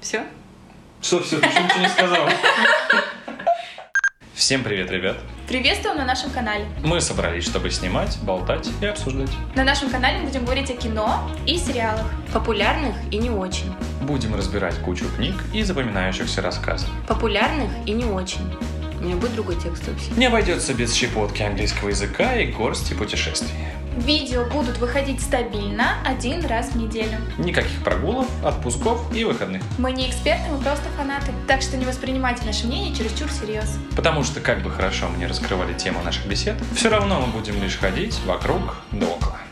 Все? Что все, почему ты не сказал? Всем привет, ребят. Приветствуем на нашем канале. Мы собрались, чтобы снимать, болтать и обсуждать. На нашем канале мы будем говорить о кино и сериалах. Популярных и не очень. Будем разбирать кучу книг и запоминающихся рассказов. Популярных и не очень. У меня будет другой текст вообще. Не обойдется без щепотки английского языка и горсти путешествий. Видео будут выходить стабильно один раз в неделю. Никаких прогулов, отпусков и выходных. Мы не эксперты, мы просто фанаты. Так что не воспринимайте наше мнение чересчур всерьез. Потому что как бы хорошо мы не раскрывали тему наших бесед, все равно мы будем лишь ходить вокруг да около.